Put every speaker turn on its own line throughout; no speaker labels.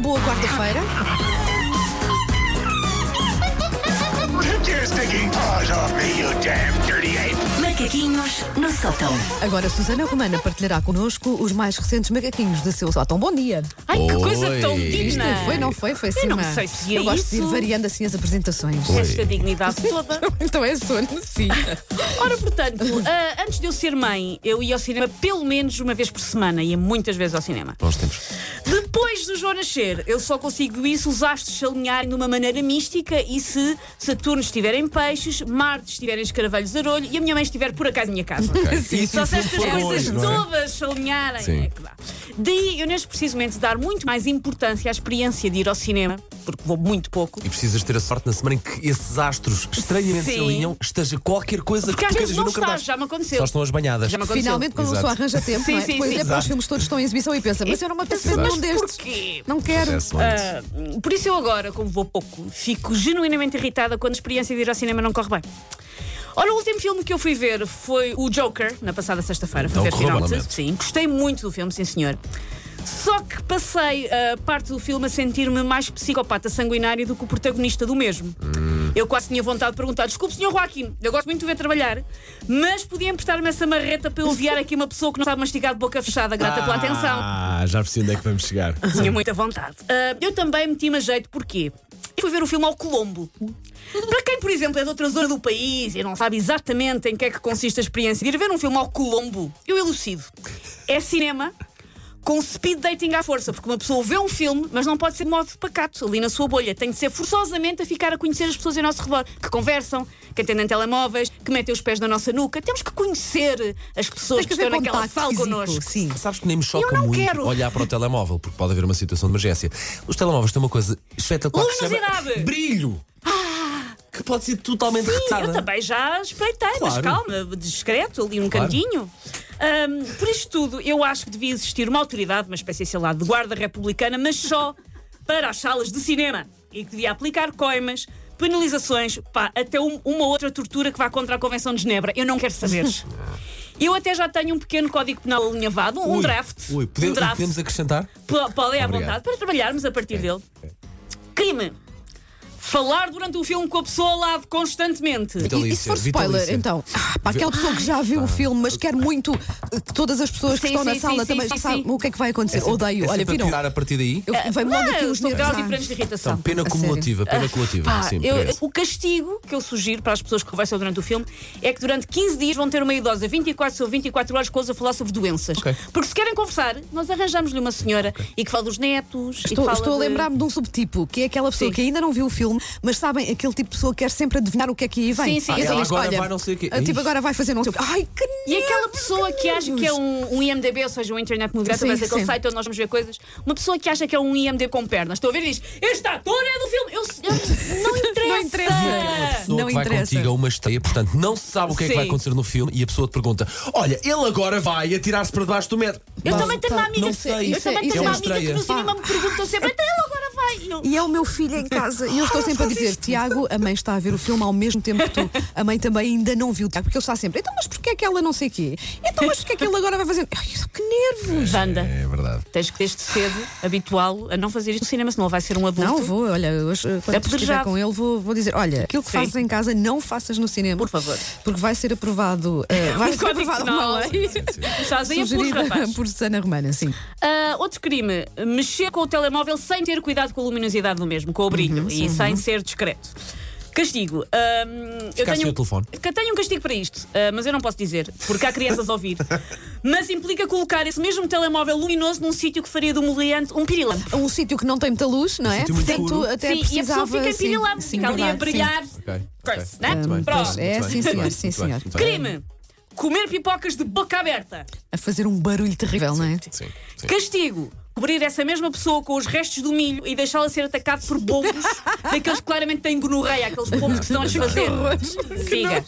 boa quarta-feira.
Take your stinking paws off me, you damn dirty ape!
Macaquinhos no sótão.
Agora, Susana Romana partilhará connosco os mais recentes macaquinhos do seu sótão. Bom dia.
Ai, que coisa
Oi.
tão
Isto
digna!
foi, não foi? Foi sim.
Eu não
uma-
sei se é
Eu gosto de ir
isso.
variando assim as apresentações.
Esta dignidade toda.
Então é sono, sim.
Ora, portanto, ah, antes de eu ser mãe, eu ia ao cinema pelo menos uma vez por semana, ia muitas vezes ao cinema.
Bons tempos.
Depois do João nascer, eu só consigo isso os astros se alinharem de uma maneira mística e se Saturno estiver em peixes, Marte estiver em escaravelhos de arolho e a minha mãe estiver por acaso em minha casa.
E
Só se estas
for
coisas
longe, não é?
todas se alinharem.
Sim.
É que dá. Daí eu neste preciso momento dar muito mais importância à experiência de ir ao cinema, porque vou muito pouco.
E precisas ter a sorte na semana em que esses astros estranhamente se
Sim.
alinham, esteja qualquer coisa
Porque
que
às
tu
vezes
queiras ver
não
no
está,
cartaz.
já me aconteceu.
Só estão as banhadas.
Já me aconteceu.
Finalmente, quando a
Exato.
pessoa arranja tempo,
Sim,
não é?
sim,
depois
sim.
é para os
Exato.
filmes todos estão em exibição e pensa, mas eu não me apetece ver
Exato.
nenhum destes.
Porquê?
Não quero.
Acontece muito.
Ah, Por isso eu agora, como vou pouco, fico genuinamente irritada quando a experiência de ir ao cinema não corre bem. Ora, o último filme que eu fui ver foi o Joker, na passada sexta-feira. Fui
Não
ver
correu
Final
bem,
Sim,
lamento.
Sim, gostei muito do filme, sim senhor. Só que passei a parte do filme a sentir-me mais psicopata sanguinário do que o protagonista do mesmo.
Hum.
Eu quase tinha vontade de perguntar: desculpe, senhor Joaquim, eu gosto muito de ver trabalhar, mas podia emprestar-me essa marreta para eu enviar aqui uma pessoa que não sabe mastigar de boca fechada, grata pela atenção.
Ah, já percebi onde é que vamos chegar.
Tinha muita vontade. Ah, eu também meti-me a jeito, porquê? Eu fui ver o filme ao Colombo. Para quem, por exemplo, é de outra zona do país e não sabe exatamente em que é que consiste a experiência de ir ver um filme ao Colombo, eu elucido. É cinema com speed dating à força, porque uma pessoa vê um filme, mas não pode ser de modo pacato ali na sua bolha. Tem de ser forçosamente a ficar a conhecer as pessoas em nosso redor, que conversam, que atendem telemóveis, que metem os pés na nossa nuca. Temos que conhecer as pessoas
Tens
que
que
estão
haver
naquela
contacto
sala
físico.
connosco.
Sim.
Sabes que nem me choca
Eu não
muito
quero.
olhar para o telemóvel, porque pode haver uma situação de emergência. Os telemóveis têm uma coisa espetacular que se
Luminosidade. Ah!
chama brilho. Que pode ser totalmente retada.
Eu também já espreitei, mas
Claro.
calma, discreto, ali um
Claro.
cantinho. Ahm, por isto tudo, eu acho que devia existir uma autoridade, uma espécie, sei lá, de guarda republicana, mas só para as salas de cinema. E que devia aplicar coimas, penalizações, pá, até um- uma outra tortura que vá contra a Convenção de Genebra. Eu não quero saber. Eu até já tenho um pequeno código penal alinhavado, um
Ui,
draft.
Ui,
um
podemos,
draft.
podemos acrescentar?
Po- Podem à é
Obrigado. É,
vontade para trabalharmos a partir dele. Crime. Falar durante o filme com a pessoa ao lado
E,
constantemente.
e se
Vitalícia,
for spoiler,
vitalícia. Ah.
então, ah, para aquela pessoa que já viu o filme, mas quer muito eh, que todas as pessoas que
Sim,
estão na
sim,
sala
sim,
também
sim,
já
sim,
sabem
sim. Eh,
o que é que vai acontecer.
É sempre-
Odeio,
é
olha,
sempre a
viram?
tirar a partir daí.
Eu venho Ah, logo aqui
Não,
os
são
nervos.
graus
Ah.
diferentes de irritação.
Então, pena
a Ah.
cumulativa, pena
Pá,
cumulativa. Sim,
eu-
parece.
o castigo que eu sugiro para as pessoas que conversam durante o filme é que durante 15 dias vão ter uma idosa 24 sobre 24 horas com eles a falar sobre doenças.
Ok.
Porque se querem conversar, nós arranjamos-lhe uma senhora e que fala dos netos. e que
Estou,
fala
estou a
de-
lembrar-me de um subtipo, que é aquela pessoa
Sim.
que ainda não viu o filme, mas sabem, aquele tipo de pessoa que quer sempre adivinhar o que é que aí vem.
Sim, sim,
E então
sim.
diz,
Agora
olha,
vai não sei o quê.
ah, Tipo,
Ih.
agora vai fazer não sei o quê. Ai, que
E aquela pessoa que acha que é um, um IMDB, ou seja, um Internet Movie
Sim,
Database, aquele
sim.
site onde nós vamos ver coisas, uma pessoa que acha que é um IMDB com pernas, estou a ver e diz: Este ator é do filme! Eu, eu- não interessa!
Não interessa.
pessoa
Não
que vai
interessa.
contigo a uma estreia, portanto, não se sabe o que é que
Sim.
vai acontecer no filme e a pessoa te pergunta: Olha, ele agora vai atirar-se para debaixo do metro.
Eu
Mas-
também tenho uma amiga,
não sei.
eu
Isso é-
também
isso
tenho
é
uma
uma
amiga que
estreia.
no cinema me perguntam sempre, até ele agora vai! E eu,
E é o meu filho em casa. E eu estou sempre a dizer: Tiago, a mãe está a ver o filme ao mesmo tempo que tu. A mãe também ainda não viu, Tiago, porque ele está sempre. Então, mas porquê é que ela não sei o quê? Então, mas porquê é que ele agora vai fazer. Ai, que nervos!
Wanda,
É verdade.
tens que desde cedo habituá-lo a não fazer isto no cinema, senão ele vai ser um adulto.
Não, vou, olha, hoje, quando
Apedrejado.
estiver com ele, vou, vou dizer: olha, É aquilo que
Sim.
fazes em casa, não faças no cinema.
Por favor.
Porque vai ser aprovado. eh, vai
Um
ser
código
aprovado uma
penal.
lei.
Estás aí a pôr,
Sugerida
rapaz.
por Susana Romana, sim.
Ah, outro crime, mexer com o telemóvel sem ter cuidado com a luminosidade do mesmo, com o brilho
Uhum,
e sem ser discreto. Castigo. ahm, eu
Ficar sem
tenho,
o telefone.
eu tenho um castigo para isto, ah, mas eu não posso dizer, porque há crianças a ouvir. Mas implica colocar esse mesmo telemóvel luminoso num sítio que faria do moliante um pirilampo.
Um sítio que não tem muita luz, não é?
Um sítio muito
Portanto,
escuro.
até
sim, e a
precisava.
pessoa fica em
sim,
pirilampo,
sim,
fica ali a
verdade, sim.
brilhar.
Ok, ok.
Coisa, né?
Muito bem,
Pronto.
muito bem,
É,
muito
sim,
bem,
senhor,
muito
sim,
bem,
senhor.
muito bem.
Crime, comer pipocas de boca aberta.
a fazer um barulho terrível, não é?
Sim, sim.
Castigo. Cobrir essa mesma pessoa com os restos do milho e deixá-la ser atacado por bombos daqueles que claramente têm gonorreia, aqueles bombos que estão a desfazer. Siga.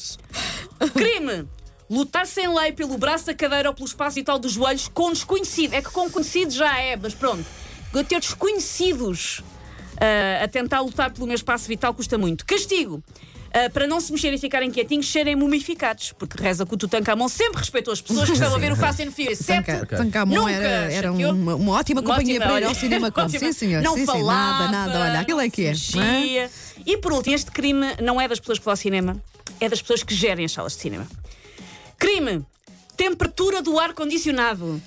Crime. Lutar sem lei pelo braço da cadeira ou pelo espaço e tal dos joelhos com desconhecido. É que com conhecido já é, mas pronto. Eu ter desconhecidos ah, a tentar lutar pelo meu espaço vital custa muito. Castigo. Ah, para não se mexerem e ficarem quietinhos, serem mumificados, porque reza que o Tutankhamon sempre respeitou as pessoas que estavam a ver o Fast and Furious 7.
Tanca-
Ok.
Tancamon
Nunca
era, era
chateou.
uma, uma ótima
Uma
companhia
ótima,
para ir
olha,
ao cinema com.
ótima.
Sim, senhor.
Não
sim, sim,
falava,
nada, nada. Olha, aquilo é que é.
se
não é?
mexia. E por último, este crime não é das pessoas que vão ao cinema, é das pessoas que gerem as salas de cinema. Crime! Temperatura do ar-condicionado.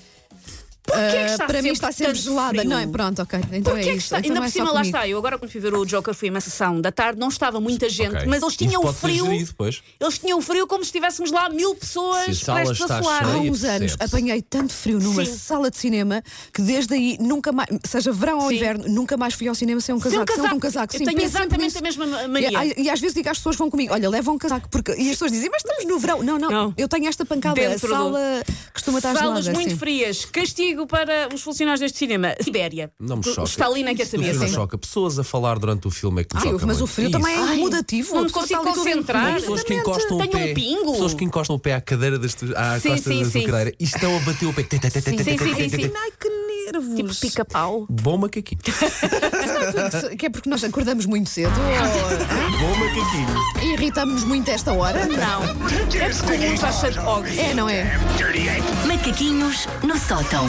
Porquê é que
Ah,
está
para mim
sempre
está sempre
tanto
gelada.
frio?
Não é? Pronto, ok. Então
Porquê
é
é que
isso.
está?
Então
Ainda
não
por
é só
cima, lá
comigo.
está. Eu agora, quando fui ver o Joker, fui a uma sessão da tarde, não estava muita gente,
Ok.
mas eles tinham
Isso
o
pode ser
frio.
gerido depois.
Eles tinham o frio como se estivéssemos lá mil
Se a
pessoas
sala
prestes
está
a soar.
cheia,
Há
Aí
uns anos
percebe-se.
apanhei tanto frio numa
Sim.
sala de cinema que desde aí nunca mais, seja verão ou
Sim.
inverno, nunca mais fui ao cinema sem um
Sem um
casaco. sempre um
casaco.
casaco.
Eu
Sim,
tenho
penso sempre
exatamente
nisso.
a mesma
E,
mania.
a- e às vezes digo às pessoas vão comigo, olha, levam um casaco, porque e as pessoas dizem, mas estamos no verão. Não, não,
Não.
eu tenho esta pancada,
Dentro do-
a sala costuma estar
Salas
gelada.
muito
sim.
frias. Castigo para os funcionários deste cinema. Sibéria.
Não me
Tu-
choca.
Está ali na
Isso do
cabeça.
filme Não choca. Pessoas a falar durante o filme é que me
Ah,
choca
eu- mas
muito.
o frio
Isso.
também é mudativo.
não
a
me
pessoa está ali
consigo
Tipo toda
concentrar.
encolhida.
Pessoas que encostam o
é Tenho
pé.
um pingo.
Pessoas que encostam o pé à cadeira das tu- à
Sim,
costa
sim,
da tua
sim.
cadeira e estão a bater o pé.
sim, sim, sim.
Ai, que nervos.
Tipo pica-pau.
Bom macaquinho.
Será que foi- que é porque nós acordamos muito cedo ou
Bom macaquinho.
irritamos muito esta hora?
Take
Não.
your
É porque o
stinking
mundo está
paws
cheio de
off me,
ogres.
É, não
you
é?
damn dirty ape!
Macaquinhos no sótão.